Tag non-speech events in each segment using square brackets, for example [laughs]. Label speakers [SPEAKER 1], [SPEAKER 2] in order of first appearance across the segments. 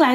[SPEAKER 1] 来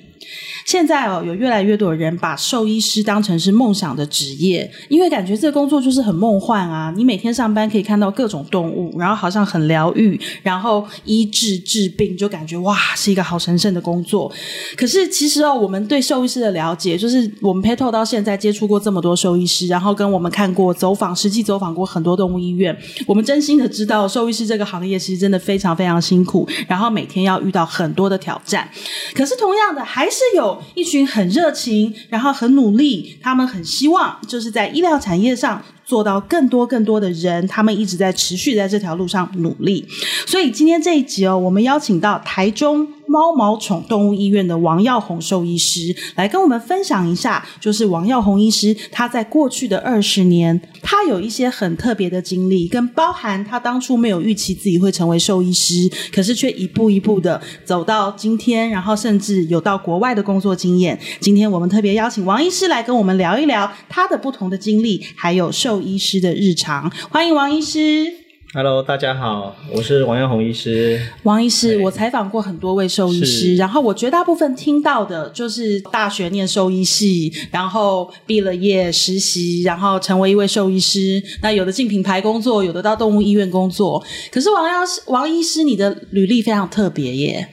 [SPEAKER 1] 现在哦，有越来越多人把兽医师当成是梦想的职业，因为感觉这个工作就是很梦幻啊！你每天上班可以看到各种动物，然后好像很疗愈，然后医治治病，就感觉哇，是一个好神圣的工作。可是其实哦，我们对兽医师的了解，就是我们 p e t o 到现在接触过这么多兽医师，然后跟我们看过走访，实际走访过很多动物医院，我们真心的知道兽医师这个行业其实真的非常非常辛苦，然后每天要遇到很多的挑战。可是同样的，还是有一群很热情，然后很努力，他们很希望就是在医疗产业上做到更多更多的人，他们一直在持续在这条路上努力。所以今天这一集哦，我们邀请到台中猫毛宠动物医院的王耀红兽医师来跟我们分享一下，就是王耀红医师他在过去的二十年，他有一些很特别的经历，跟包含他当初没有预期自己会成为兽医师，可是却一步一步的走到今天，然后甚至有到国外的工作经验。今天我们特别邀请王医师来跟我们聊一聊他的不同的经历，还有兽医师的日常。欢迎王医师。
[SPEAKER 2] Hello，大家好，我是王耀红医师。
[SPEAKER 1] 王医师，我采访过很多位兽医师，
[SPEAKER 2] 是
[SPEAKER 1] 然后我绝大部分听到的就是大学念兽医系，然后毕了业实习，然后成为一位兽医师。那有的进品牌工作，有的到动物医院工作。可是王药师，王医师，你的履历非常特别耶。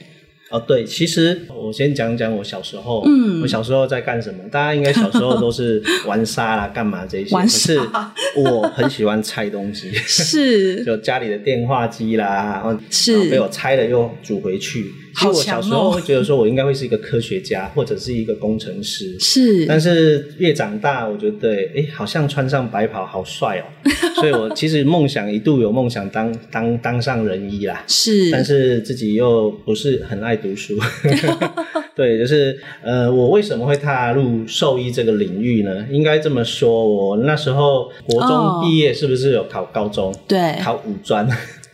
[SPEAKER 2] 哦，对，其实我先讲讲我小时候，嗯，我小时候在干什么？大家应该小时候都
[SPEAKER 1] [laughs]
[SPEAKER 2] 是玩沙啦、干嘛这些，
[SPEAKER 1] 玩
[SPEAKER 2] 可
[SPEAKER 1] 沙
[SPEAKER 2] 是我很喜欢拆东西， [laughs]
[SPEAKER 1] 是，
[SPEAKER 2] 就家里的电话机啦，然后
[SPEAKER 1] [laughs] 是
[SPEAKER 2] 然后被我拆了又组回去。其实
[SPEAKER 1] 好
[SPEAKER 2] 我
[SPEAKER 1] 强
[SPEAKER 2] 小时候
[SPEAKER 1] 哦
[SPEAKER 2] 会觉得说我应该会是一个科学家或者是一个工程师，但
[SPEAKER 1] 是，
[SPEAKER 2] 是越长大，我觉得，哎、好像穿上白袍好帅哦、所以我其实梦想一度有梦想当当当上人医啦，
[SPEAKER 1] 是，
[SPEAKER 2] 但是自己又不是很爱
[SPEAKER 1] [laughs]
[SPEAKER 2] 读书。对，就是呃，我为什么会踏入兽医这个领域呢？应该这么说，我那时候国
[SPEAKER 1] 哦
[SPEAKER 2] 中毕业是不是有考高中？
[SPEAKER 1] 对，
[SPEAKER 2] 考五专，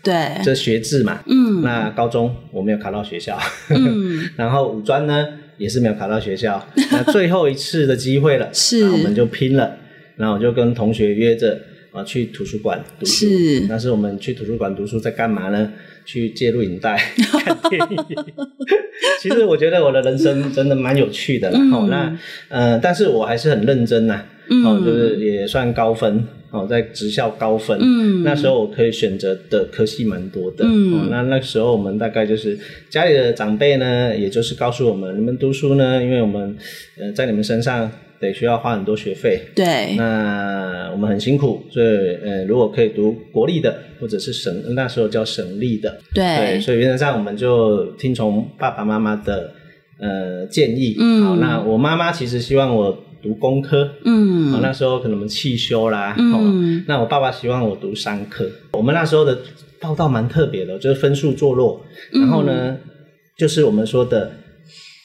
[SPEAKER 1] 对，
[SPEAKER 2] 这学制嘛。
[SPEAKER 1] 嗯
[SPEAKER 2] 那高中我没有考到学校。
[SPEAKER 1] 嗯，
[SPEAKER 2] [laughs] 然后五专呢也是没有考到学校，那最后一次的
[SPEAKER 1] [laughs]
[SPEAKER 2] 机会了，
[SPEAKER 1] 是
[SPEAKER 2] 然后我们就拼了，然后我就跟同学约着啊去图书馆读书，
[SPEAKER 1] 是
[SPEAKER 2] 但是我们去图书馆读书在干嘛呢？去借录影带看电影。 [laughs] 其实我觉得我的人生真的蛮有趣的啦，
[SPEAKER 1] 嗯
[SPEAKER 2] 哦，那呃，但是我还是很认真呐、
[SPEAKER 1] 嗯
[SPEAKER 2] 哦，就是也算高分。哦，在职校高分，
[SPEAKER 1] 嗯
[SPEAKER 2] 那时候我可以选择的科系蛮多的，
[SPEAKER 1] 嗯
[SPEAKER 2] 哦，那那时候我们大概就是家里的长辈呢，也就是告诉我们，你们读书呢，因为我们呃在你们身上得需要花很多学费，
[SPEAKER 1] 对，
[SPEAKER 2] 那我们很辛苦，所以呃如果可以读国立的或者是省那时候叫省立的，对，
[SPEAKER 1] 对，
[SPEAKER 2] 所以原则上我们就听从爸爸妈妈的呃建议，
[SPEAKER 1] 嗯
[SPEAKER 2] 好，那我妈妈其实希望我读工科，哦，
[SPEAKER 1] 嗯，
[SPEAKER 2] 那时候可能我们汽修啦，
[SPEAKER 1] 嗯
[SPEAKER 2] 哦，那我爸爸希望我读商科。我们那时候的报道蛮特别的，就是分数坐落，
[SPEAKER 1] 嗯
[SPEAKER 2] 然后呢，就是我们说的。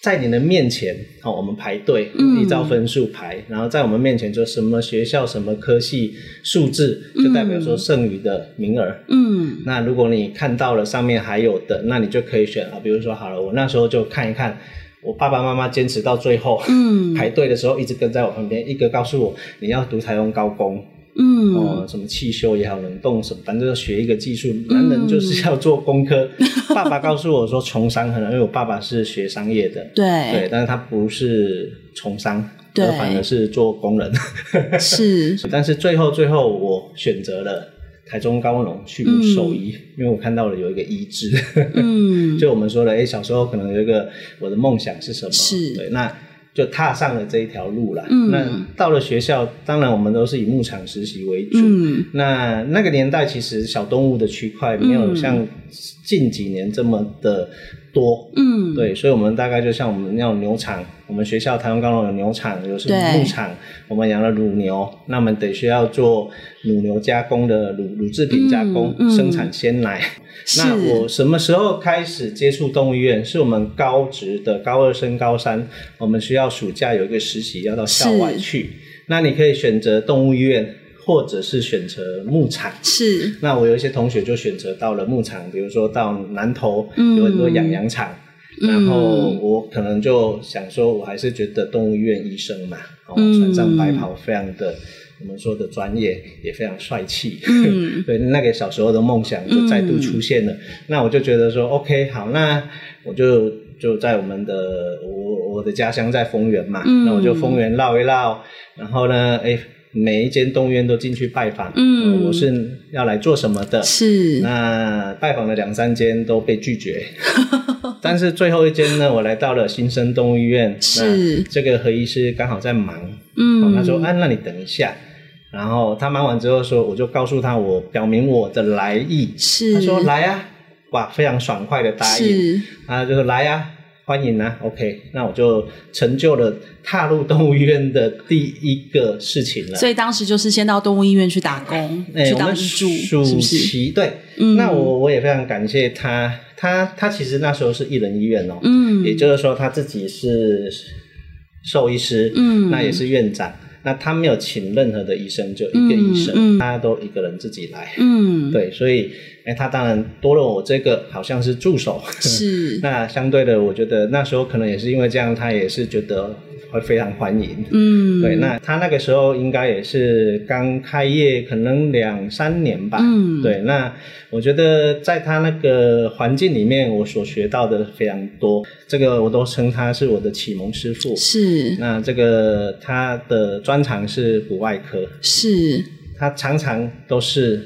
[SPEAKER 2] 在你的面前，哦，我们排队，
[SPEAKER 1] 嗯
[SPEAKER 2] 依照分数排，然后在我们面前就什么学校、什么科系、数字，就代表说剩余的名额。
[SPEAKER 1] 嗯，
[SPEAKER 2] 那如果你看到了上面还有的，那你就可以选啊。比如说好了，我那时候就看一看，我爸爸妈妈坚持到最后，
[SPEAKER 1] 嗯
[SPEAKER 2] 排队的时候一直跟在我旁边，一个告诉我你要读台湾高工，
[SPEAKER 1] 嗯，
[SPEAKER 2] 哦，什么汽修也好，冷冻什么，反正就学一个技术。男人就是要做工
[SPEAKER 1] [laughs]
[SPEAKER 2] 科。爸爸告诉我说，从商很难，因为我爸爸是学商业的，对，
[SPEAKER 1] 对，
[SPEAKER 2] 但是他不是从商，
[SPEAKER 1] 对
[SPEAKER 2] 而反而是做工人。
[SPEAKER 1] 是，
[SPEAKER 2] [laughs] 但是最后最后我选择了台中高农去读兽医，因为我看到了有一个医治，
[SPEAKER 1] 嗯，
[SPEAKER 2] [laughs] 就我们说的，哎、小时候可能有一个我的梦想是什么？
[SPEAKER 1] 是
[SPEAKER 2] 对，那就踏上了这一条路啦。
[SPEAKER 1] 嗯
[SPEAKER 2] 那到了学校，当然我们都是以牧场实习为主。
[SPEAKER 1] 嗯，
[SPEAKER 2] 那那个年代，其实小动物的区块没有
[SPEAKER 1] 嗯
[SPEAKER 2] 像近几年这么的多，
[SPEAKER 1] 嗯，
[SPEAKER 2] 对，所以我们大概就像我们那种牛场，我们学校台湾高中有牛场，有什么
[SPEAKER 1] 对
[SPEAKER 2] 牧场，我们养了乳牛，那我们得需要做乳牛加工的乳乳制品加工，
[SPEAKER 1] 嗯嗯
[SPEAKER 2] 生产鲜
[SPEAKER 1] [laughs]
[SPEAKER 2] 奶。
[SPEAKER 1] 是
[SPEAKER 2] 那我什么时候开始接触动物医院？是我们高职的高二升高三，我们需要暑假有一个实习要到校外
[SPEAKER 1] 是
[SPEAKER 2] 去，那你可以选择动物医院，或者是选择牧场。
[SPEAKER 1] 是，
[SPEAKER 2] [laughs] 那我有一些同学就选择到了牧场，比如说到南投
[SPEAKER 1] 嗯
[SPEAKER 2] 有很多养羊场，
[SPEAKER 1] 嗯
[SPEAKER 2] 然后我可能就想说，我还是觉得动物医院医生嘛，哦
[SPEAKER 1] 嗯，
[SPEAKER 2] 穿上白袍非常的我们说的专业，也非常帅气。
[SPEAKER 1] 嗯
[SPEAKER 2] 对，那个小时候的梦想就再度出现了。那我就觉得说，OK，好，那我就就在我们的我我的家乡在丰原嘛，
[SPEAKER 1] 嗯
[SPEAKER 2] 那我就丰原绕一绕，然后呢，哎，每一间动物园都进去拜访。
[SPEAKER 1] 嗯
[SPEAKER 2] 呃我是要来做什么的？
[SPEAKER 1] 是，
[SPEAKER 2] 那拜访了两三间都被
[SPEAKER 1] [laughs]
[SPEAKER 2] 拒绝，但是最后一间呢，我来到了新生动物医院，
[SPEAKER 1] 是
[SPEAKER 2] 那这个何医师刚好在忙，哦
[SPEAKER 1] 嗯，
[SPEAKER 2] 他说：“哎、那你等一下。”然后他忙完之后说：“我就告诉他我表明我的来意。”
[SPEAKER 1] 是，
[SPEAKER 2] 他说：“来呀、哇，非常爽快的答应。
[SPEAKER 1] 是，
[SPEAKER 2] 他就说：“来呀、欢迎啊，OK。”那我就成就了踏入动物医院的第一个事情了。
[SPEAKER 1] 所以当时就是先到动物医院去打工，
[SPEAKER 2] 哎
[SPEAKER 1] 去
[SPEAKER 2] 我
[SPEAKER 1] 当
[SPEAKER 2] 们
[SPEAKER 1] 医助，
[SPEAKER 2] 暑
[SPEAKER 1] 是不是？
[SPEAKER 2] 期对，
[SPEAKER 1] 嗯
[SPEAKER 2] 那我我也非常感谢他，他他其实那时候是艺人医院哦，
[SPEAKER 1] 嗯
[SPEAKER 2] 也就是说他自己是兽医师，
[SPEAKER 1] 嗯
[SPEAKER 2] 那也是院长，那他没有请任何的医生，就一个医生，
[SPEAKER 1] 嗯嗯
[SPEAKER 2] 他都一个人自己来，
[SPEAKER 1] 嗯，
[SPEAKER 2] 对，所以哎，他当然多了我这个好像是助手，
[SPEAKER 1] 是，
[SPEAKER 2] [laughs] 那相对的，我觉得那时候可能也是因为这样，他也是觉得会非常欢迎，
[SPEAKER 1] 嗯，
[SPEAKER 2] 对，那他那个时候应该也是刚开业，可能两三年吧。
[SPEAKER 1] 嗯
[SPEAKER 2] 对，那我觉得在他那个环境里面，我所学到的非常多，这个我都称他是我的启蒙师傅。
[SPEAKER 1] 是
[SPEAKER 2] 那这个他的专长是骨外科，
[SPEAKER 1] 是
[SPEAKER 2] 他常常都是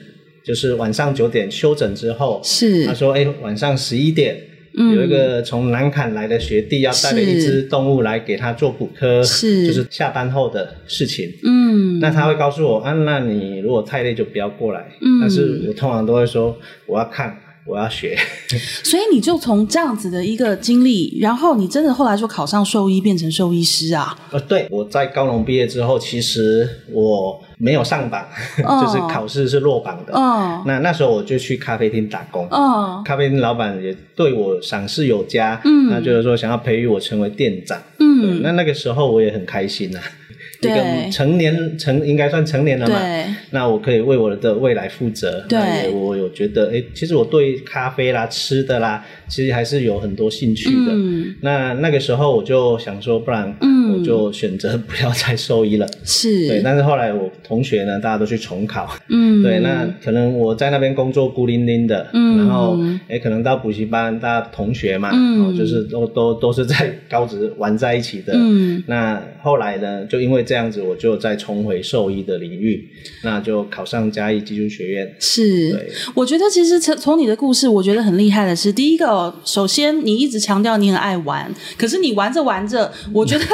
[SPEAKER 2] 就是晚上九点休整之后，
[SPEAKER 1] 是，
[SPEAKER 2] 他说：“哎、晚上十一点。”
[SPEAKER 1] 嗯
[SPEAKER 2] 有一个从南坎来的学弟要带了一
[SPEAKER 1] 是
[SPEAKER 2] 只动物来给他做骨科，
[SPEAKER 1] 是
[SPEAKER 2] 就是下班后的事情。
[SPEAKER 1] 嗯，
[SPEAKER 2] 那他会告诉我，啊，那你如果太累就不要过来。
[SPEAKER 1] 嗯
[SPEAKER 2] 但是我通常都会说，我要看，我要学。 [laughs]
[SPEAKER 1] 所以你就从这样子的一个经历，然后你真的后来就考上兽医，变成兽医师啊？
[SPEAKER 2] 呃，对，我在高农毕业之后，其实我没有上榜，
[SPEAKER 1] 哦
[SPEAKER 2] [laughs] 就是考试是落榜的。
[SPEAKER 1] 嗯
[SPEAKER 2] 那那时候我就去咖啡厅打工。
[SPEAKER 1] 嗯
[SPEAKER 2] 咖啡厅老板也对我赏识有加，
[SPEAKER 1] 嗯
[SPEAKER 2] 那就是说想要培育我成为店长。对
[SPEAKER 1] 嗯，
[SPEAKER 2] 那那个时候我也很开心呐、啊，一
[SPEAKER 1] 对
[SPEAKER 2] 个成年成应该算成年了嘛，
[SPEAKER 1] 对，
[SPEAKER 2] 那我可以为我的未来负责。
[SPEAKER 1] 对
[SPEAKER 2] 那也我有觉得，哎、其实我对咖啡啦、吃的啦，其实还是有很多兴趣的。
[SPEAKER 1] 嗯
[SPEAKER 2] 那那个时候我就想说，不然
[SPEAKER 1] 嗯
[SPEAKER 2] 我就选择不要再兽医了。对，
[SPEAKER 1] 是，
[SPEAKER 2] 但是后来我同学呢，大家都去重考，
[SPEAKER 1] 嗯
[SPEAKER 2] 对，那可能我在那边工作孤零零的，
[SPEAKER 1] 嗯
[SPEAKER 2] 然后哎，可能到补习班，大家同学嘛，
[SPEAKER 1] 嗯
[SPEAKER 2] 哦就是都都都是在高职玩在一起的。
[SPEAKER 1] 嗯
[SPEAKER 2] 那后来呢，就因为这样子，我就再重回兽医的领域，那就考上嘉义技术学院。
[SPEAKER 1] 是
[SPEAKER 2] 对。
[SPEAKER 1] 我觉得其实从从你的故事，我觉得很厉害的是，第一个哦、首先你一直强调你很爱玩，可是你玩着玩着，我觉得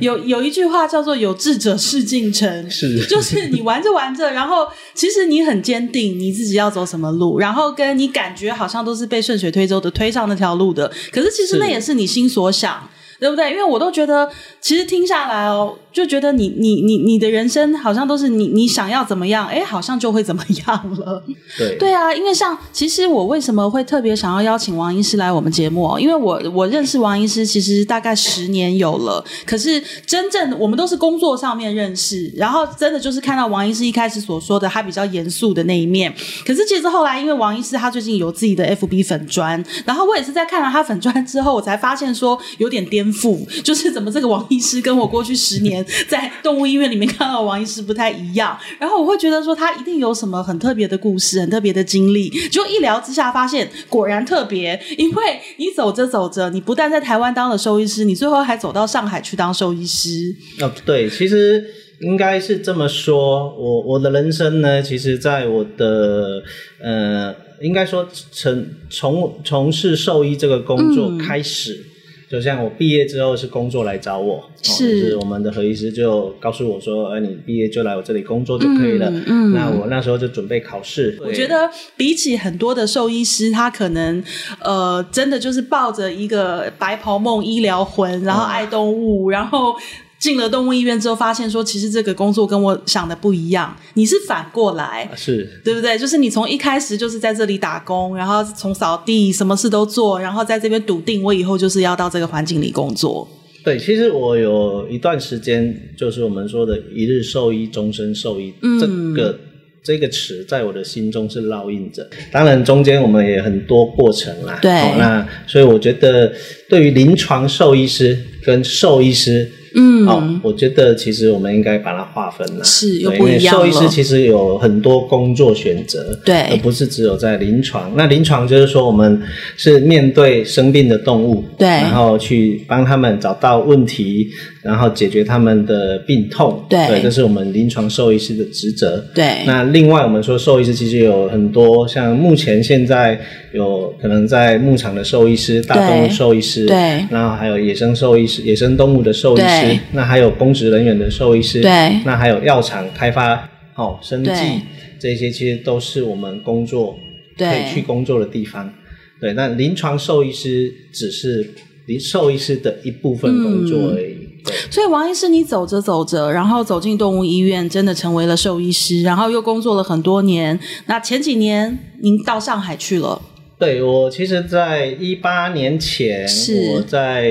[SPEAKER 1] 有有一句话叫做“有志者事竟成”，
[SPEAKER 2] 是
[SPEAKER 1] [laughs] 就是你玩着玩着，然后其实你很坚定你自己要走什么路，然后跟你感觉好像都是被顺水推舟的推上那条路的，可是其实
[SPEAKER 2] 是
[SPEAKER 1] 那也是你心所想。对不对？因为我都觉得，其实听下来哦，就觉得你你你你的人生好像都是你你想要怎么样，哎，好像就会怎么样了。
[SPEAKER 2] 对，
[SPEAKER 1] 对啊，因为像其实我为什么会特别想要邀请王医师来我们节目、哦？因为我我认识王医师其实大概十年有了，可是真正我们都是工作上面认识，然后真的就是看到王医师一开始所说的他比较严肃的那一面。可是其实后来因为王医师他最近有自己的 FB 粉砖，然后我也是在看了他粉砖之后，我才发现说有点颠覆，就是怎么这个王医师跟我过去十年在动物医院里面看到的王医师不太一样。然后我会觉得说他一定有什么很特别的故事、很特别的经历。就一聊之下发现，果然特别，因为你走着走着，你不但在台湾当了兽医师，你最后还走到上海去当兽医师。
[SPEAKER 2] 哦，对，其实应该是这么说，我我的人生呢，其实在我的呃，应该说从从从事兽医这个工
[SPEAKER 1] 嗯
[SPEAKER 2] 作开始。就像我毕业之后是工作来找我，哦
[SPEAKER 1] 是
[SPEAKER 2] 就是我们的何医师就告诉我说，呃，你毕业就来我这里工作就可以了。
[SPEAKER 1] 嗯嗯
[SPEAKER 2] 那我那时候就准备考试，
[SPEAKER 1] 我觉得比起很多的兽医师，他可能呃，真的就是抱着一个白袍梦、医疗魂，然后爱动物，然后进了动物医院之后，发现说其实这个工作跟我想的不一样。你是反过来，
[SPEAKER 2] 啊是
[SPEAKER 1] 对不对？就是你从一开始就是在这里打工，然后从扫地，什么事都做，然后在这边笃定我以后就是要到这个环境里工作。
[SPEAKER 2] 对，其实我有一段时间，就是我们说的“一日受益，终身受益”这个这个词，在我的心中是烙印着。当然，中间我们也很多过程啦。
[SPEAKER 1] 对
[SPEAKER 2] 好那所以我觉得，对于临床兽医师跟兽医师
[SPEAKER 1] 嗯，
[SPEAKER 2] 哦，我觉得其实我们应该把它划分了，
[SPEAKER 1] 是又
[SPEAKER 2] 对
[SPEAKER 1] 不
[SPEAKER 2] 因为
[SPEAKER 1] 一样
[SPEAKER 2] 兽医师
[SPEAKER 1] 了
[SPEAKER 2] 其实有很多工作选择，
[SPEAKER 1] 对
[SPEAKER 2] 而不是只有在临床。那临床就是说，我们是面对生病的动物，
[SPEAKER 1] 对
[SPEAKER 2] 然后去帮他们找到问题，然后解决他们的病痛，
[SPEAKER 1] 对
[SPEAKER 2] 这是我们临床兽医师的职责。
[SPEAKER 1] 对，
[SPEAKER 2] 那另外，我们说兽医师其实有很多，像目前现在有可能在牧场的兽医师、大动物兽医师，
[SPEAKER 1] 对
[SPEAKER 2] 然后还有野生兽医师、野生动物的兽医
[SPEAKER 1] 对
[SPEAKER 2] 师，那还有公职人员的兽医师，
[SPEAKER 1] 对
[SPEAKER 2] 那还有药厂开发、哦生技
[SPEAKER 1] 对
[SPEAKER 2] 这些，其实都是我们工作
[SPEAKER 1] 对
[SPEAKER 2] 可以去工作的地方。对，那临床兽医师只是临兽医师的一部分工作
[SPEAKER 1] 嗯
[SPEAKER 2] 而已。对。
[SPEAKER 1] 所以王医师，你走着走着，然后走进动物医院，真的成为了兽医师，然后又工作了很多年。那前几年您到上海去了，
[SPEAKER 2] 对我其实，在一八年前
[SPEAKER 1] 是，
[SPEAKER 2] 我在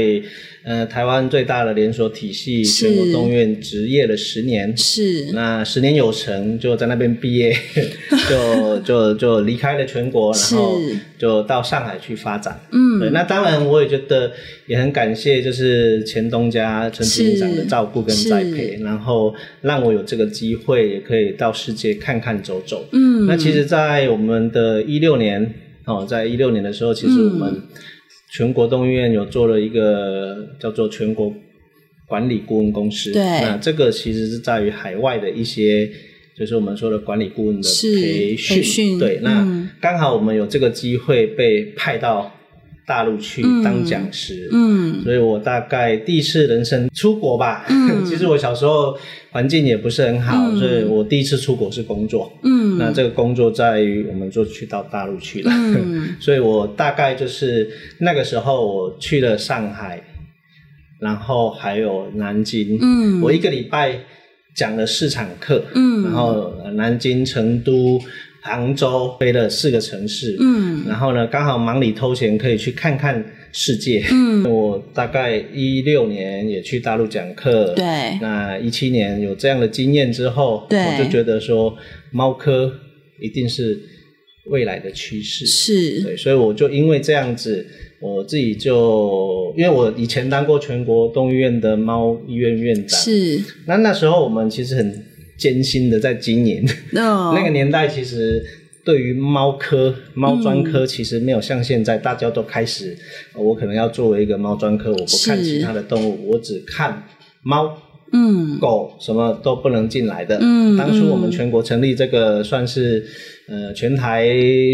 [SPEAKER 2] 呃台湾最大的连锁体系
[SPEAKER 1] 是
[SPEAKER 2] 全国动物院执业了十年。
[SPEAKER 1] 是
[SPEAKER 2] 那十年有成，就在那边
[SPEAKER 1] [laughs]
[SPEAKER 2] 毕业，就就就离开了全国，然后
[SPEAKER 1] 是
[SPEAKER 2] 就到上海去发展。嗯，对，那当然我也觉得也很感谢，就是前东家陈执行长的
[SPEAKER 1] 是
[SPEAKER 2] 照顾跟栽培，
[SPEAKER 1] 是
[SPEAKER 2] 然后让我有这个机会，也可以到世界看看走走。
[SPEAKER 1] 嗯，
[SPEAKER 2] 那其实，在我们的一六年哦，在一六年的时候，其
[SPEAKER 1] 嗯
[SPEAKER 2] 实我们全国动物院有做了一个叫做全国管理顾问公司。
[SPEAKER 1] 对
[SPEAKER 2] 那这个其实是在于海外的一些，就是我们说的管理顾问的
[SPEAKER 1] 是
[SPEAKER 2] 培训。
[SPEAKER 1] 培训
[SPEAKER 2] 对，
[SPEAKER 1] 嗯
[SPEAKER 2] 那刚好我们有这个机会被派到大陆去当讲师。
[SPEAKER 1] 嗯，
[SPEAKER 2] 所以我大概第一次人生出国吧。
[SPEAKER 1] 嗯
[SPEAKER 2] [laughs] 其实我小时候环境也不是很好，
[SPEAKER 1] 嗯
[SPEAKER 2] 所以我第一次出国是工作。
[SPEAKER 1] 嗯
[SPEAKER 2] 那这个工作在于我们就去到大陆去了，
[SPEAKER 1] 嗯
[SPEAKER 2] 所以我大概就是那个时候我去了上海，然后还有南京，
[SPEAKER 1] 嗯
[SPEAKER 2] 我一个礼拜讲了四场课，
[SPEAKER 1] 嗯
[SPEAKER 2] 然后呃南京、成都、杭州飞了四个城市，
[SPEAKER 1] 嗯
[SPEAKER 2] 然后呢刚好忙里偷闲可以去看看世界，
[SPEAKER 1] 嗯，
[SPEAKER 2] 我大概一六年也去大陆讲课，
[SPEAKER 1] 对
[SPEAKER 2] 那一七年有这样的经验之后，
[SPEAKER 1] 对
[SPEAKER 2] 我就觉得说猫科一定是未来的趋势，
[SPEAKER 1] 是
[SPEAKER 2] 对，所以我就因为这样子，我自己就因为我以前当过全国动物院的猫医院院长，
[SPEAKER 1] 是，
[SPEAKER 2] 那那时候我们其实很艰辛的在经营，
[SPEAKER 1] 那
[SPEAKER 2] 那个年代其实对于猫科、猫专
[SPEAKER 1] 嗯
[SPEAKER 2] 科，其实没有像现在大家都开始，呃我可能要作为一个猫专科，我不看
[SPEAKER 1] 是
[SPEAKER 2] 其他的动物，我只看猫。
[SPEAKER 1] 嗯
[SPEAKER 2] 狗什么都不能进来的。
[SPEAKER 1] 嗯
[SPEAKER 2] 当初我
[SPEAKER 1] 嗯
[SPEAKER 2] 们全国成立这个算是呃全台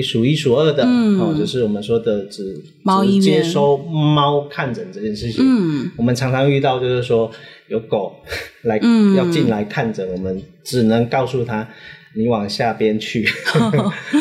[SPEAKER 2] 数一数二的，
[SPEAKER 1] 嗯
[SPEAKER 2] 哦，就是我们说的只
[SPEAKER 1] 猫医
[SPEAKER 2] 只
[SPEAKER 1] 院
[SPEAKER 2] 接收猫看诊这件事情。
[SPEAKER 1] 嗯
[SPEAKER 2] 我们常常遇到就是说有狗 [laughs] 来、
[SPEAKER 1] 嗯
[SPEAKER 2] 要进来看诊，我们只能告诉他你往下边去，
[SPEAKER 1] [laughs]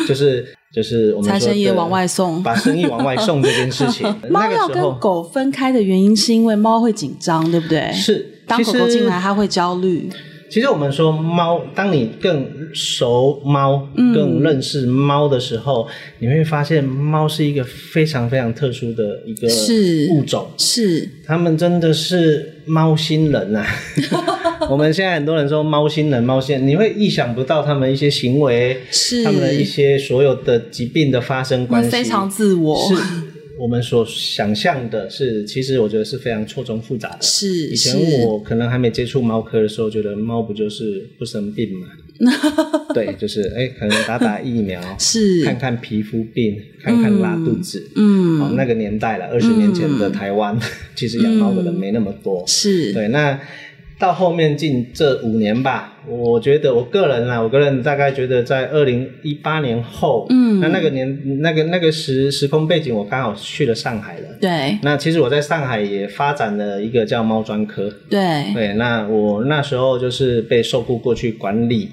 [SPEAKER 2] 就是就是我们
[SPEAKER 1] 财
[SPEAKER 2] 说
[SPEAKER 1] 神爷
[SPEAKER 2] 的
[SPEAKER 1] 往外送。
[SPEAKER 2] 把生意往外送这件事情
[SPEAKER 1] [laughs] 猫
[SPEAKER 2] 那个
[SPEAKER 1] 要
[SPEAKER 2] 时候
[SPEAKER 1] 跟狗分开的原因是因为猫会紧张，对不对？。
[SPEAKER 2] 是
[SPEAKER 1] 当狗
[SPEAKER 2] 其
[SPEAKER 1] 狗
[SPEAKER 2] 实
[SPEAKER 1] 进来，它会焦虑。
[SPEAKER 2] 其实我们说猫，当你更熟猫、
[SPEAKER 1] 嗯
[SPEAKER 2] 更认识猫的时候，你会发现猫是一个非常非常特殊的一个
[SPEAKER 1] 是
[SPEAKER 2] 物种，
[SPEAKER 1] 是，
[SPEAKER 2] 它们真的是猫星人
[SPEAKER 1] [laughs]
[SPEAKER 2] 呐、啊。 [laughs] 我们现在很多人说猫星人，猫星人，你会意想不到它们一些行为，
[SPEAKER 1] 是
[SPEAKER 2] 它们的一些所有的疾病的发生关系，
[SPEAKER 1] 非常自我。
[SPEAKER 2] 是我们所想象的是，其实我觉得是非常错综复杂的。
[SPEAKER 1] 是
[SPEAKER 2] 以
[SPEAKER 1] 是
[SPEAKER 2] 前我可能还没接触猫科的时候，觉得猫不就是不生病嘛？
[SPEAKER 1] [laughs]
[SPEAKER 2] 对，就是哎，可能打打疫苗，
[SPEAKER 1] 是
[SPEAKER 2] 看看皮肤病，看看拉肚子。
[SPEAKER 1] 嗯
[SPEAKER 2] 哦，那个年代了，二十年前的台湾， [laughs] 其实养猫的
[SPEAKER 1] 嗯
[SPEAKER 2] 人没那么多。
[SPEAKER 1] 是，
[SPEAKER 2] 对，那到后面近这五年吧，我觉得我个人啊，我个人大概觉得在二零一八年后，
[SPEAKER 1] 嗯
[SPEAKER 2] 那那个年那个那个时时空背景，我刚好去了上海了。
[SPEAKER 1] 对
[SPEAKER 2] 那其实我在上海也发展了一个叫猫专科，
[SPEAKER 1] 对
[SPEAKER 2] 对，那我那时候就是被受雇过去管理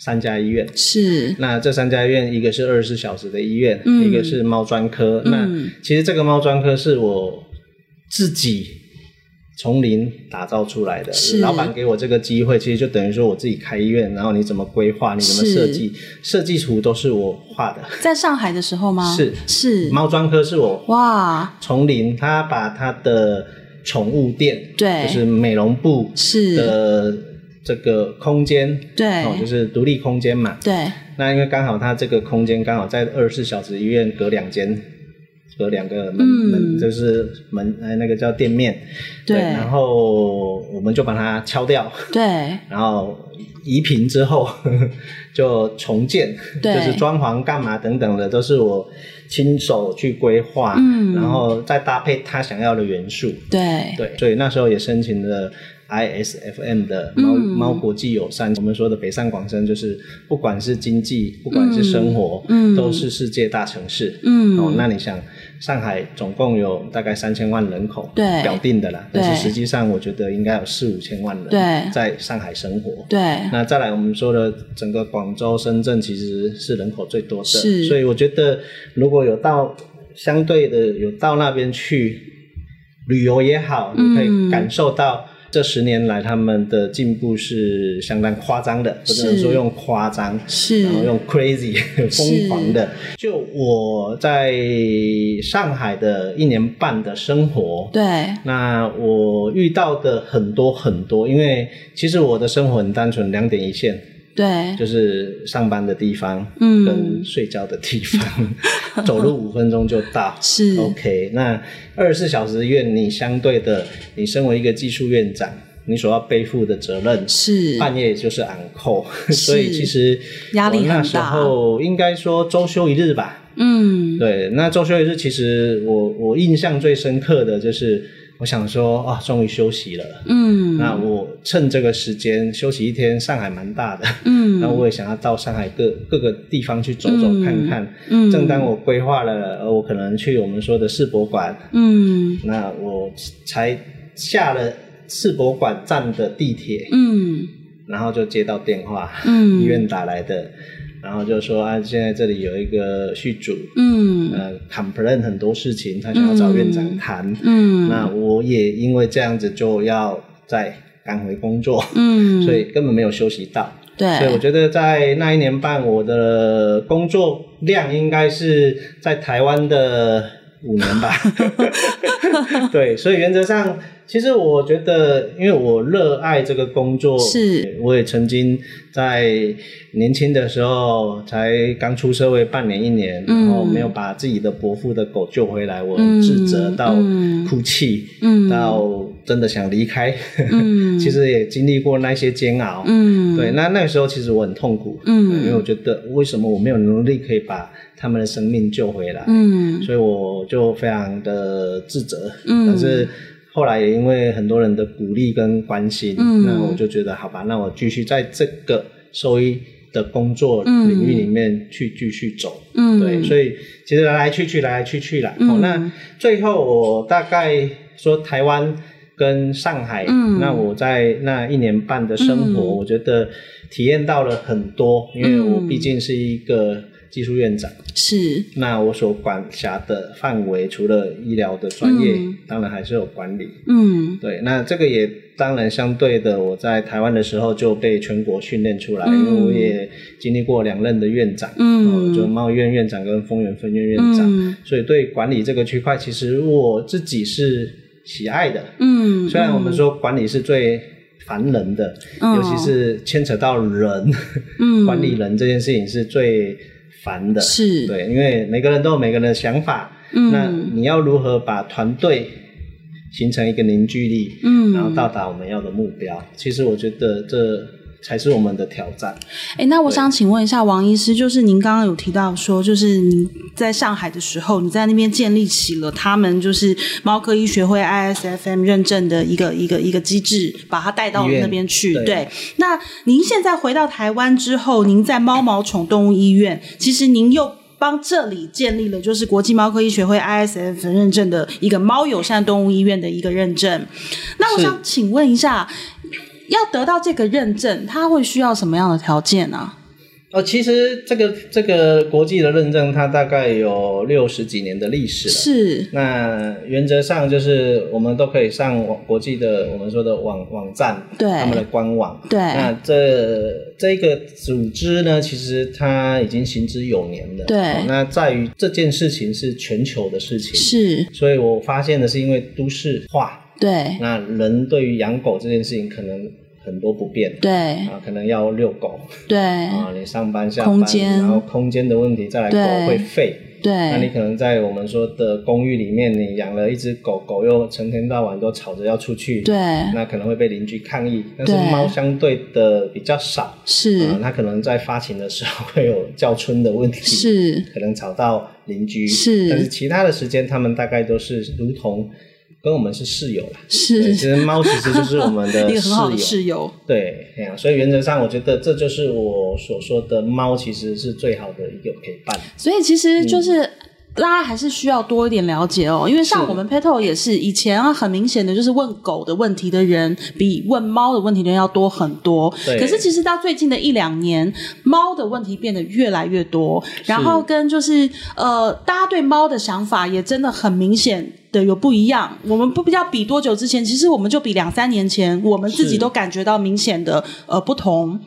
[SPEAKER 2] 三家医院。
[SPEAKER 1] 是，
[SPEAKER 2] 那这三家医院，一个是二十四小时的医院，
[SPEAKER 1] 嗯
[SPEAKER 2] 一个是猫专科。
[SPEAKER 1] 嗯
[SPEAKER 2] 那其实这个猫专科是我自己从零打造出来的
[SPEAKER 1] 是，
[SPEAKER 2] 老板给我这个机会，其实就等于说我自己开医院，然后你怎么规划，你怎么
[SPEAKER 1] 是
[SPEAKER 2] 设计，设计图都是我画的。
[SPEAKER 1] 在上海的时候吗？
[SPEAKER 2] 是
[SPEAKER 1] 是，
[SPEAKER 2] 猫专科是我
[SPEAKER 1] 哇，
[SPEAKER 2] 从零，他把他的宠物店，
[SPEAKER 1] 对
[SPEAKER 2] 就是美容部
[SPEAKER 1] 是，
[SPEAKER 2] 的这个空间，
[SPEAKER 1] 对
[SPEAKER 2] 哦，就是独立空间嘛。
[SPEAKER 1] 对，
[SPEAKER 2] 那因为刚好他这个空间刚好在二十四小时医院隔两间，有两个门、门，就是门呃那个叫店面，
[SPEAKER 1] 嗯对
[SPEAKER 2] 然后我们就把它敲掉， [laughs]
[SPEAKER 1] 对，
[SPEAKER 2] 然后移平之后 [laughs] 就重建，
[SPEAKER 1] 对
[SPEAKER 2] 就是装潢干嘛等等的都是我亲手去规划，
[SPEAKER 1] 嗯
[SPEAKER 2] 然后再搭配他想要的元素，
[SPEAKER 1] 对，
[SPEAKER 2] 对，所以那时候也申请了 ISFM 的猫、
[SPEAKER 1] 嗯
[SPEAKER 2] 猫国际友善，我们说的北上广深，就是不管是经济，不管是生活，
[SPEAKER 1] 嗯嗯嗯
[SPEAKER 2] 都是世界大城市。
[SPEAKER 1] 嗯
[SPEAKER 2] 哦，那你想，上海总共有大概三千万人口，
[SPEAKER 1] 对
[SPEAKER 2] 表定的啦，但
[SPEAKER 1] 对
[SPEAKER 2] 是实际上我觉得应该有四五千万人
[SPEAKER 1] 对
[SPEAKER 2] 在上海生活。
[SPEAKER 1] [laughs] 对，
[SPEAKER 2] 那再来，我们说的整个广州、深圳其实是人口最多的，
[SPEAKER 1] 是
[SPEAKER 2] 所以我觉得如果有到相对的有到那边去旅游也好，
[SPEAKER 1] 嗯
[SPEAKER 2] 你可以感受到这十年来他们的进步是相当夸张的，不
[SPEAKER 1] 是
[SPEAKER 2] 能说用夸张。
[SPEAKER 1] 是
[SPEAKER 2] 然后用 crazy [laughs] 疯狂的，就我在上海的一年半的生活，
[SPEAKER 1] 对，
[SPEAKER 2] 那我遇到的很多很多，因为其实我的生活很单纯，两点一线，
[SPEAKER 1] 对，
[SPEAKER 2] 就是上班的地方，
[SPEAKER 1] 嗯
[SPEAKER 2] 跟睡觉的地
[SPEAKER 1] [laughs]
[SPEAKER 2] 方，走路五分钟就到。
[SPEAKER 1] 是
[SPEAKER 2] OK，那二十四小时院，你相对的，你身为一个技术院长，你所要背负的责任
[SPEAKER 1] 是，
[SPEAKER 2] 半夜就是昂扣， [laughs] 所以其实
[SPEAKER 1] 压力
[SPEAKER 2] 我那
[SPEAKER 1] 很
[SPEAKER 2] 时
[SPEAKER 1] 大
[SPEAKER 2] 候应该说周休一日吧，
[SPEAKER 1] 嗯，
[SPEAKER 2] 对，那周休一日，其实我我印象最深刻的就是，我想说啊，终于休息了。
[SPEAKER 1] 嗯，
[SPEAKER 2] 那我趁这个时间休息一天，上海蛮大的，
[SPEAKER 1] 嗯
[SPEAKER 2] 那我也想要到上海各各个地方去走走看看。
[SPEAKER 1] 嗯
[SPEAKER 2] 正当我规划了，呃我可能去我们说的世博馆，
[SPEAKER 1] 嗯
[SPEAKER 2] 那我才下了世博馆站的地铁，
[SPEAKER 1] 嗯
[SPEAKER 2] 然后就接到电话，
[SPEAKER 1] 嗯
[SPEAKER 2] 医院打来的，然后就说啊，现在这里有一个续主，
[SPEAKER 1] 嗯
[SPEAKER 2] 呃 complain 很多事情，他想要找院长谈。
[SPEAKER 1] 嗯
[SPEAKER 2] 那我也因为这样子就要再赶回工作，
[SPEAKER 1] 嗯，
[SPEAKER 2] 所以根本没有休息到。所以
[SPEAKER 1] 对，
[SPEAKER 2] 我觉得在那一年半，我的工作量应该是在台湾的五年
[SPEAKER 1] [laughs]
[SPEAKER 2] 吧。对，所以原则上，其实我觉得，因为我热爱这个工作，
[SPEAKER 1] 是，
[SPEAKER 2] 我也曾经在年轻的时候，才刚出社会半年一年，
[SPEAKER 1] 嗯
[SPEAKER 2] 然后没有把自己的伯父的狗救回来，我很自责
[SPEAKER 1] 嗯
[SPEAKER 2] 到
[SPEAKER 1] 嗯
[SPEAKER 2] 哭泣，
[SPEAKER 1] 嗯
[SPEAKER 2] 到真的想离开。
[SPEAKER 1] 嗯
[SPEAKER 2] [laughs] 其实也经历过那些煎熬，
[SPEAKER 1] 嗯
[SPEAKER 2] 对，那那个时候其实我很痛苦，
[SPEAKER 1] 嗯
[SPEAKER 2] 因为我觉得为什么我没有能力可以把他们的生命救回来，
[SPEAKER 1] 嗯
[SPEAKER 2] 所以我就非常的自责，
[SPEAKER 1] 嗯
[SPEAKER 2] 但是。后来也因为很多人的鼓励跟关心，
[SPEAKER 1] 嗯
[SPEAKER 2] 那我就觉得好吧，那我继续在这个兽医的工作领域里面去继续走。
[SPEAKER 1] 嗯
[SPEAKER 2] 对，所以其实来来去去，来来去去啦。
[SPEAKER 1] 嗯
[SPEAKER 2] 哦，那最后我大概说台湾跟上海，
[SPEAKER 1] 嗯
[SPEAKER 2] 那我在那一年半的生活，
[SPEAKER 1] 嗯
[SPEAKER 2] 我觉得体验到了很多，因为我毕竟是一个技术院长，
[SPEAKER 1] 是
[SPEAKER 2] 那我所管辖的范围除了医疗的专业，
[SPEAKER 1] 嗯
[SPEAKER 2] 当然还是有管理。
[SPEAKER 1] 嗯
[SPEAKER 2] 对，那这个也当然相对的，我在台湾的时候就被全国训练出来，
[SPEAKER 1] 嗯
[SPEAKER 2] 因为我也经历过两任的院长，
[SPEAKER 1] 嗯
[SPEAKER 2] 呃就贸易院院长跟丰原分院院长，
[SPEAKER 1] 嗯
[SPEAKER 2] 所以对管理这个区块，其实我自己是喜爱的。
[SPEAKER 1] 嗯，
[SPEAKER 2] 虽然我们说管理是最烦人的，
[SPEAKER 1] 嗯
[SPEAKER 2] 尤其是牵扯到人，
[SPEAKER 1] 嗯
[SPEAKER 2] 管理人这件事情是最烦的。
[SPEAKER 1] 是
[SPEAKER 2] 对，因为每个人都有每个人的想法，
[SPEAKER 1] 嗯
[SPEAKER 2] 那你要如何把团队形成一个凝聚力，
[SPEAKER 1] 嗯
[SPEAKER 2] 然后到达我们要的目标？其实我觉得这才是我们的挑战。
[SPEAKER 1] 哎，那我想请问一下王医师，就是您刚刚有提到说，就是您在上海的时候，你在那边建立起了他们就是猫科医学会 ISFM 认证的一个一个一个机制，把它带到
[SPEAKER 2] 医院
[SPEAKER 1] 那边去。
[SPEAKER 2] 对
[SPEAKER 1] 对，那您现在回到台湾之后，您在猫毛宠动物医院，其实您又。帮这里建立了就是国际猫科医学会 ISF 认证的一个猫友善动物医院的一个认证。那我
[SPEAKER 2] 是
[SPEAKER 1] 想请问一下，要得到这个认证，它会需要什么样的条件啊？
[SPEAKER 2] 哦，其实这个这个国际的认证，它大概有六十几年的历史了。
[SPEAKER 1] 是，
[SPEAKER 2] 那原则上就是我们都可以上网国际的我们说的网网站，
[SPEAKER 1] 对
[SPEAKER 2] 他们的官网。
[SPEAKER 1] 对
[SPEAKER 2] 那这这个组织呢，其实它已经行之有年了。
[SPEAKER 1] 对
[SPEAKER 2] 哦那在于这件事情是全球的事情，
[SPEAKER 1] 是，
[SPEAKER 2] 所以我发现的是，因为都市化，
[SPEAKER 1] 对，
[SPEAKER 2] 那人对于养狗这件事情可能很多不便。
[SPEAKER 1] 对，
[SPEAKER 2] 啊，可能要遛狗
[SPEAKER 1] 对，
[SPEAKER 2] 啊，你上班下班，
[SPEAKER 1] 嗯空间
[SPEAKER 2] 然后空间的问题，再来
[SPEAKER 1] 对
[SPEAKER 2] 狗会吠，
[SPEAKER 1] 对
[SPEAKER 2] 那你可能在我们说的公寓里面，你养了一只狗狗，又成天到晚都吵着要出去，
[SPEAKER 1] 对，
[SPEAKER 2] 那可能会被邻居抗议。但是
[SPEAKER 1] 对
[SPEAKER 2] 猫相对的比较少，
[SPEAKER 1] 是
[SPEAKER 2] 啊它可能在发情的时候会有叫春的问题，
[SPEAKER 1] 是，
[SPEAKER 2] 可能吵到邻居，
[SPEAKER 1] 是
[SPEAKER 2] 但是其他的时间，它们大概都是如同跟我们是室友啦。对
[SPEAKER 1] 是
[SPEAKER 2] 其实猫其实就是我们的
[SPEAKER 1] [laughs] 一个很好的
[SPEAKER 2] 室友
[SPEAKER 1] 室友，
[SPEAKER 2] 对，哎呀、所以原则上我觉得这就是我所说的猫其实是最好的一个陪伴。
[SPEAKER 1] 所以其
[SPEAKER 2] 嗯
[SPEAKER 1] 实就是。大家还是需要多一点了解哦，因为像
[SPEAKER 2] 是
[SPEAKER 1] 我们 Petal 也是以前啊，很明显的就是问狗的问题的人比问猫的问题的人要多很多。
[SPEAKER 2] 对
[SPEAKER 1] 可是其实到最近的一两年，猫的问题变得越来越多，然后跟就是呃，大家对猫的想法也真的很明显的有不一样。我们不比较比多久之前，其实我们就比两三年前，我们自己
[SPEAKER 2] 是
[SPEAKER 1] 都感觉到明显的呃不同。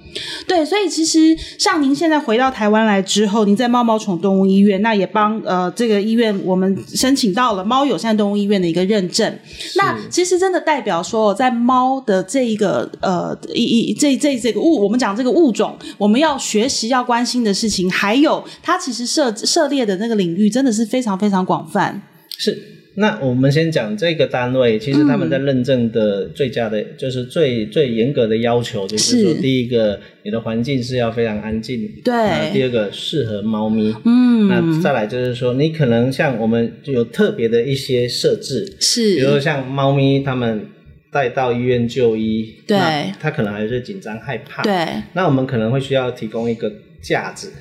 [SPEAKER 1] 对，所以其实像您现在回到台湾来之后，您在猫猫宠动物医院，那也帮呃这个医院我们申请到了猫友善动物医院的一个认证。那其实真的代表说，在猫的这一个呃一一这这这个物，我们讲这个物种，我们要学习要关心的事情，还有它其实涉涉猎的那个领域真的是非常非常广泛。
[SPEAKER 2] 是。那我们先讲这个单位，其实他们在
[SPEAKER 1] 嗯
[SPEAKER 2] 认证的最佳的，就是最最严格的要求，就是说，
[SPEAKER 1] 是
[SPEAKER 2] 第一个，你的环境是要非常安静，
[SPEAKER 1] 对
[SPEAKER 2] 啊第二个，适合猫咪，那
[SPEAKER 1] 嗯，
[SPEAKER 2] 再来就是说，你可能像我们就有特别的一些设置，比如说
[SPEAKER 1] 是，
[SPEAKER 2] 像猫咪，它们带到医院就医，
[SPEAKER 1] 对
[SPEAKER 2] 那它可能还是紧张害怕，
[SPEAKER 1] 对，
[SPEAKER 2] 那我们可能会需要提供一个架子。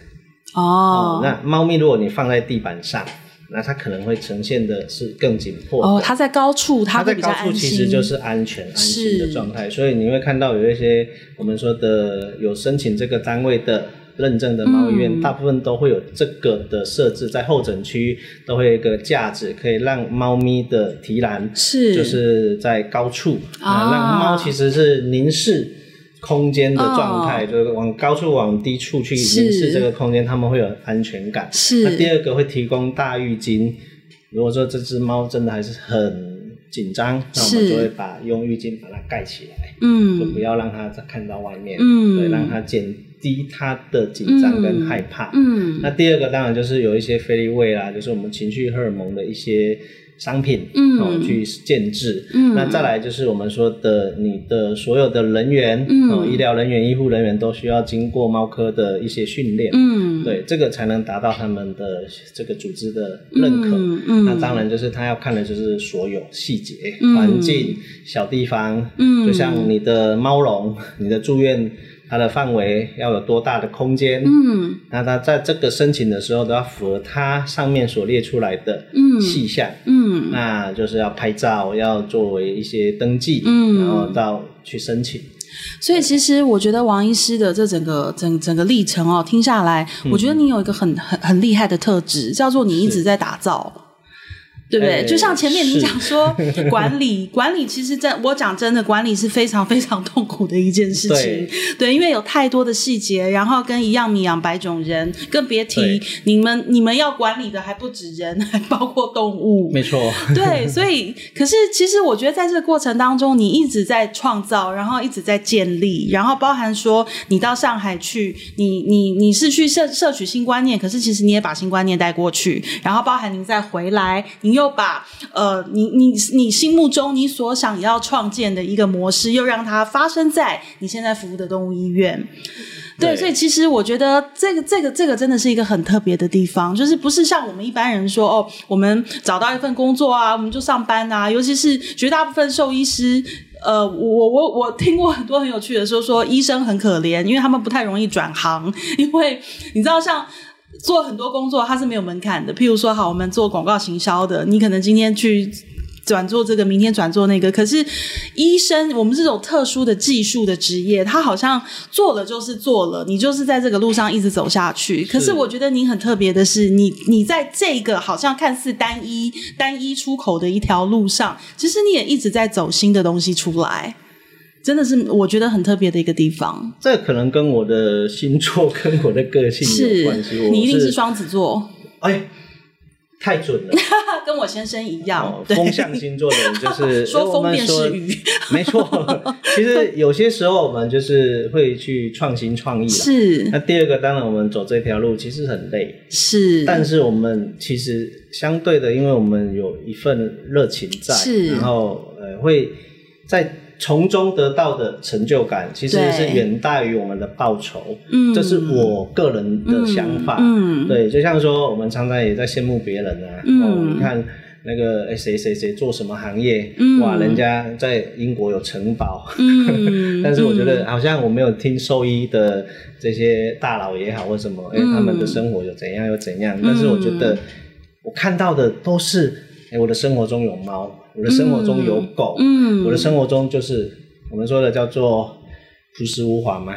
[SPEAKER 1] 哦，
[SPEAKER 2] 那猫咪如果你放在地板上，那它可能会呈现的是更紧迫的。
[SPEAKER 1] 哦，它在高处，
[SPEAKER 2] 它
[SPEAKER 1] 会
[SPEAKER 2] 在
[SPEAKER 1] 比较
[SPEAKER 2] 高处
[SPEAKER 1] 安
[SPEAKER 2] 其
[SPEAKER 1] 心，
[SPEAKER 2] 实就是安全、安心的
[SPEAKER 1] 是
[SPEAKER 2] 状态，所以你会看到有一些我们说的有申请这个单位的认证的猫医院，
[SPEAKER 1] 嗯
[SPEAKER 2] 大部分都会有这个的设置，在候诊区都会有一个架子，可以让猫咪的提篮
[SPEAKER 1] 是
[SPEAKER 2] 就是在高处
[SPEAKER 1] 啊
[SPEAKER 2] 啊，让猫其实是凝视。空间的状
[SPEAKER 1] 哦
[SPEAKER 2] 态、就是往高处往低处去
[SPEAKER 1] 是
[SPEAKER 2] 凝视这个空间，它们会有安全感。
[SPEAKER 1] 是
[SPEAKER 2] 那第二个会提供大浴巾。如果说这只猫真的还是很紧张，那我
[SPEAKER 1] 是
[SPEAKER 2] 们就会把用浴巾把它盖起来，就
[SPEAKER 1] 嗯
[SPEAKER 2] 不要让它看到外面，
[SPEAKER 1] 嗯
[SPEAKER 2] 对，让它减低它的紧张跟害怕。
[SPEAKER 1] 嗯
[SPEAKER 2] 那第二个当然就是有一些非利胃啦，就是我们情绪荷尔蒙的一些商品，
[SPEAKER 1] 嗯
[SPEAKER 2] 哦，去建制。
[SPEAKER 1] 嗯
[SPEAKER 2] 那再来就是我们说的你的所有的人员，
[SPEAKER 1] 嗯
[SPEAKER 2] 哦，医疗人员、医护人员都需要经过猫科的一些训练，
[SPEAKER 1] 嗯，
[SPEAKER 2] 对，这个才能达到他们的这个组织的认可。
[SPEAKER 1] 嗯嗯
[SPEAKER 2] 那当然就是他要看的就是所有细节、
[SPEAKER 1] 嗯
[SPEAKER 2] 环境、小地方，
[SPEAKER 1] 嗯
[SPEAKER 2] 就像你的猫笼、你的住院，它的范围要有多大的空间，
[SPEAKER 1] 嗯
[SPEAKER 2] 那他在这个申请的时候都要符合它上面所列出来的
[SPEAKER 1] 嗯
[SPEAKER 2] 细项，
[SPEAKER 1] 嗯
[SPEAKER 2] 那就是要拍照，要作为一些登记，
[SPEAKER 1] 嗯
[SPEAKER 2] 然后到去申请。
[SPEAKER 1] 所以其实我觉得王医师的这整个整整个历程哦，听下来，
[SPEAKER 2] 嗯
[SPEAKER 1] 我觉得你有一个很很很厉害的特质，叫做你一直在打造。对不对？
[SPEAKER 2] 哎
[SPEAKER 1] 就像前面你
[SPEAKER 2] 是
[SPEAKER 1] 讲
[SPEAKER 2] [laughs]
[SPEAKER 1] 说管理，管理其实真我讲真的，管理是非常非常痛苦的一件事情
[SPEAKER 2] 对。
[SPEAKER 1] 对，因为有太多的细节，然后跟一样米养百种人，更别提
[SPEAKER 2] 对
[SPEAKER 1] 你们你们要管理的还不止人，还包括动物。
[SPEAKER 2] 没错，
[SPEAKER 1] 对，所以可是其实我觉得在这个过程当中，你一直在创造，然后一直在建立，然后包含说你到上海去，你你你是去摄摄取新观念，可是其实你也把新观念带过去，然后包含您再回来，你又把呃你你你心目中你所想要创建的一个模式，又让它发生在你现在服务的动物医院。对，
[SPEAKER 2] 对
[SPEAKER 1] 所以其实我觉得这个这个这个真的是一个很特别的地方，就是不是像我们一般人说哦，我们找到一份工作啊，我们就上班啊，尤其是绝大部分兽医师。呃，我我我听过很多很有趣的说，说医生很可怜，因为他们不太容易转行，因为你知道像。做很多工作，它是没有门槛的。譬如说，好，我们做广告行销的，你可能今天去转做这个，明天转做那个。可是医生，我们这种特殊的技术的职业，他好像做了就是做了，你就是在这个路上一直走下去。可是我觉得你很特别的是，你你在这个好像看似单一单一出口的一条路上，其实你也一直在走新的东西出来，真的是我觉得很特别的一个地方。
[SPEAKER 2] [laughs] 这可能跟我的星座跟我的个性有
[SPEAKER 1] 是
[SPEAKER 2] 关系。我哦
[SPEAKER 1] 你一定
[SPEAKER 2] 是
[SPEAKER 1] 是双子座，
[SPEAKER 2] 哎，太准
[SPEAKER 1] [laughs]
[SPEAKER 2] 了。
[SPEAKER 1] 跟我先生一
[SPEAKER 2] 哦
[SPEAKER 1] 样，，对，
[SPEAKER 2] 风象星座的人就是
[SPEAKER 1] [laughs] 说
[SPEAKER 2] 我
[SPEAKER 1] 风
[SPEAKER 2] 们
[SPEAKER 1] 便
[SPEAKER 2] 说
[SPEAKER 1] 是雨，
[SPEAKER 2] [laughs] 没错。其实有些时候我们就是会去创新创意啦。
[SPEAKER 1] 是
[SPEAKER 2] 那第二个，当然我们走这条路其实很累，
[SPEAKER 1] 是，
[SPEAKER 2] 但是我们其实相对的，因为我们有一份热情在，
[SPEAKER 1] 是
[SPEAKER 2] 然后呃会在从中得到的成就感，其实
[SPEAKER 1] 对
[SPEAKER 2] 是远大于我们的报酬。
[SPEAKER 1] 嗯
[SPEAKER 2] 这是我个人的想法。
[SPEAKER 1] 嗯嗯
[SPEAKER 2] 对，就像说我们常常也在羡慕别人啊，
[SPEAKER 1] 嗯
[SPEAKER 2] 哦，你看。那个诶谁谁谁做什么行业？
[SPEAKER 1] 嗯
[SPEAKER 2] 哇，人家在英国有城堡，
[SPEAKER 1] 嗯
[SPEAKER 2] 但是我觉得好像我没有听兽医的这些大佬也好或什么，哎、
[SPEAKER 1] 嗯
[SPEAKER 2] 他们的生活有怎样又怎样，但是我觉得我看到的都是，哎、我的生活中有猫，我的生活中有狗，
[SPEAKER 1] 嗯
[SPEAKER 2] [laughs] 我的生活中就是我们说的叫做朴实无华
[SPEAKER 1] [laughs]
[SPEAKER 2] 嘛，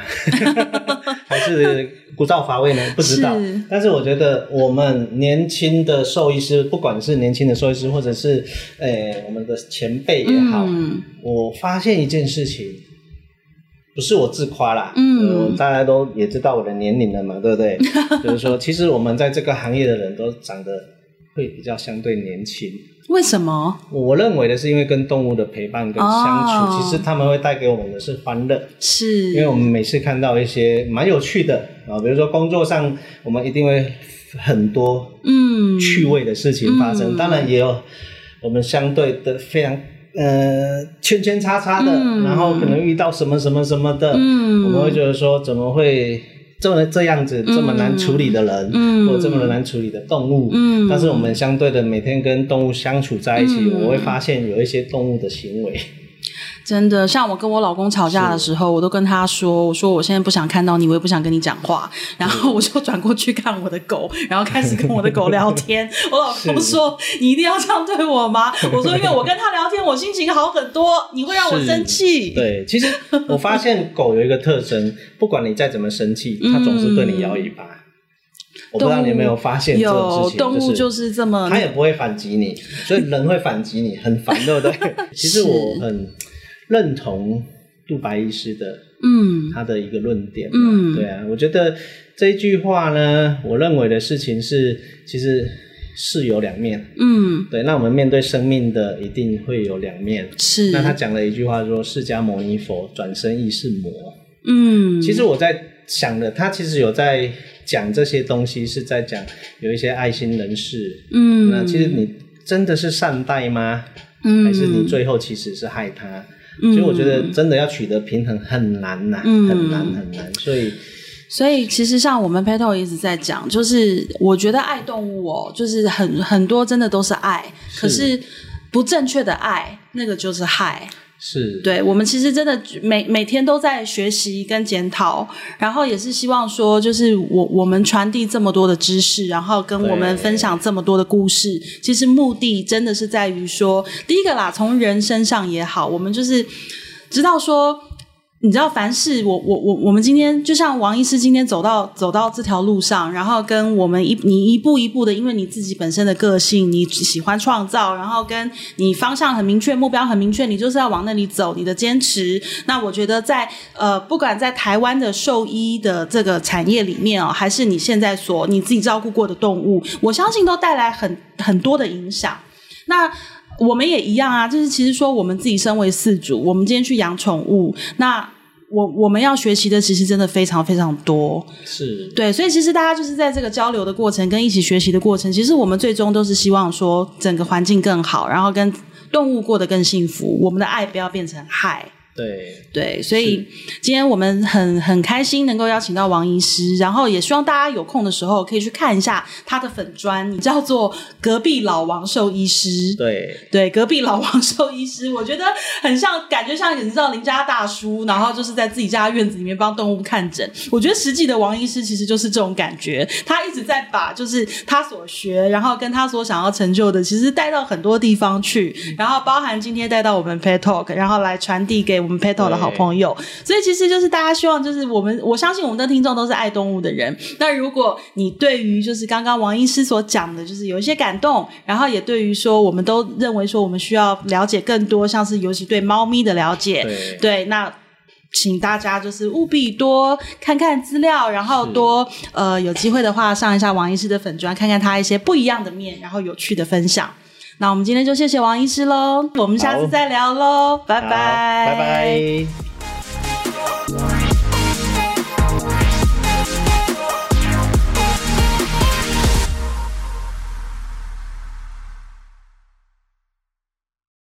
[SPEAKER 2] 还是枯燥乏味呢？不知道。
[SPEAKER 1] 是
[SPEAKER 2] 但是我觉得我们年轻的兽医师，不管是年轻的兽医师，或者是诶、我们的前辈也好，
[SPEAKER 1] 嗯
[SPEAKER 2] 我发现一件事情，不是我自夸啦，
[SPEAKER 1] 嗯
[SPEAKER 2] 呃大家都也知道我的年龄了嘛，对不
[SPEAKER 1] [laughs]
[SPEAKER 2] 对？就是说，其实我们在这个行业的人都长得会比较相对年轻。
[SPEAKER 1] 为什么
[SPEAKER 2] 我认为的是，因为跟动物的陪伴跟相处，
[SPEAKER 1] 哦
[SPEAKER 2] 其实他们会带给我们的是欢乐。
[SPEAKER 1] 是？
[SPEAKER 2] 因为我们每次看到一些蛮有趣的啊，比如说工作上，我们一定会很多
[SPEAKER 1] 嗯
[SPEAKER 2] 趣味的事情发生。
[SPEAKER 1] 嗯
[SPEAKER 2] 当然也有我们相对的非常呃圈圈叉叉的，
[SPEAKER 1] 嗯
[SPEAKER 2] 然后可能遇到什么什么什么的，
[SPEAKER 1] 嗯
[SPEAKER 2] 我们会觉得说怎么会这么这样子这么难处理的人，
[SPEAKER 1] 嗯
[SPEAKER 2] 或者这么难处理的动物。
[SPEAKER 1] 嗯
[SPEAKER 2] 但是我们相对的每天跟动物相处在一起，
[SPEAKER 1] 嗯
[SPEAKER 2] 我会发现有一些动物的行为，
[SPEAKER 1] 真的，像我跟我老公吵架的时候，我都跟他说：“我说我现在不想看到你，我也不想跟你讲话。”然后我就转过去看我的
[SPEAKER 2] [laughs]
[SPEAKER 1] 狗，然后开始跟我的狗聊天。我老公说：“你一定要这样对我吗？” [laughs] 我说：“因为我跟他聊天，我心情好很多，你会让我生气。”，
[SPEAKER 2] 对，其实我发现狗有一个特征，
[SPEAKER 1] [laughs]
[SPEAKER 2] 不管你再怎么生气，它总是对你摇尾巴。我不知道你有没有发现这种
[SPEAKER 1] 嗯有
[SPEAKER 2] 事情，
[SPEAKER 1] 动物
[SPEAKER 2] 是
[SPEAKER 1] 就是这么
[SPEAKER 2] 他也不会反击你，所以人会反击你，很烦，对不对？
[SPEAKER 1] [laughs]
[SPEAKER 2] 其实我很认同杜白医师的
[SPEAKER 1] 嗯
[SPEAKER 2] 他的一个论点，
[SPEAKER 1] 嗯
[SPEAKER 2] 对啊，我觉得这一句话呢，我认为的事情是，其实是有两面，
[SPEAKER 1] 嗯
[SPEAKER 2] 对，那我们面对生命的一定会有两面。
[SPEAKER 1] 是
[SPEAKER 2] 那他讲了一句话说：“释迦牟尼佛转身亦是魔。”
[SPEAKER 1] 嗯
[SPEAKER 2] 其实我在想的，他其实有在讲这些东西，是在讲有一些爱心人士，
[SPEAKER 1] 嗯
[SPEAKER 2] 那其实你真的是善待吗？
[SPEAKER 1] 嗯
[SPEAKER 2] 还是你最后其实是害他？
[SPEAKER 1] 嗯
[SPEAKER 2] 所以我觉得真的要取得平衡很难呐、
[SPEAKER 1] 嗯
[SPEAKER 2] 很难很难。所以
[SPEAKER 1] 所以其实像我们 Petal 一直在讲，就是我觉得爱动物哦，就是很很多真的都是爱，可是不正确的爱，那个就是害。
[SPEAKER 2] 是
[SPEAKER 1] 对我们其实真的每每天都在学习跟检讨，然后也是希望说，就是我我们传递这么多的知识，然后跟我们
[SPEAKER 2] 对
[SPEAKER 1] 分享这么多的故事，其实目的真的是在于说，第一个啦，从人身上也好，我们就是知道说。你知道，凡是我我我我们今天就像王医师今天走到走到这条路上，然后跟我们一你一步一步的，因为你自己本身的个性，你喜欢创造，然后跟你方向很明确，目标很明确，你就是要往那里走，你的坚持。那我觉得在呃，不管在台湾的兽医的这个产业里面哦，还是你现在所你自己照顾过的动物，我相信都带来很很多的影响。那我们也一样啊，就是其实说我们自己身为饲主，我们今天去养宠物，那我我们要学习的其实真的非常非常多，
[SPEAKER 2] 是
[SPEAKER 1] 对，所以其实大家就是在这个交流的过程跟一起学习的过程，其实我们最终都是希望说整个环境更好，然后跟动物过得更幸福，我们的爱不要变成害。
[SPEAKER 2] 对
[SPEAKER 1] 对，所以今天我们很很开心能够邀请到王医师，然后也希望大家有空的时候可以去看一下他的粉砖，叫做隔壁老王兽医师。
[SPEAKER 2] 对
[SPEAKER 1] 对，隔壁老王兽医师，我觉得很像，感觉像你知道邻家大叔，然后就是在自己家院子里面帮动物看诊。我觉得实际的王医师其实就是这种感觉，他一直在把就是他所学，然后跟他所想要成就的，其实带到很多地方去，然后包含今天带到我们 Pet Talk，然后来传递给我们 Pet Talk 的好朋友。所以其实就是大家希望，就是我们我相信我们的听众都是爱动物的人。那如果你对于就是刚刚王医师所讲的，就是有一些感动，然后也对于说我们都认为说我们需要了解更多，像是尤其对猫咪的了解，
[SPEAKER 2] 对
[SPEAKER 1] 对那。请大家就是务必多看看资料，然后多呃有机会的话上一下王医师的粉砖，看看他一些不一样的面，然后有趣的分享。那我们今天就谢谢王医师喽，我们下次
[SPEAKER 2] 好
[SPEAKER 1] 再聊喽，拜
[SPEAKER 2] 好
[SPEAKER 1] 拜，
[SPEAKER 2] 拜拜。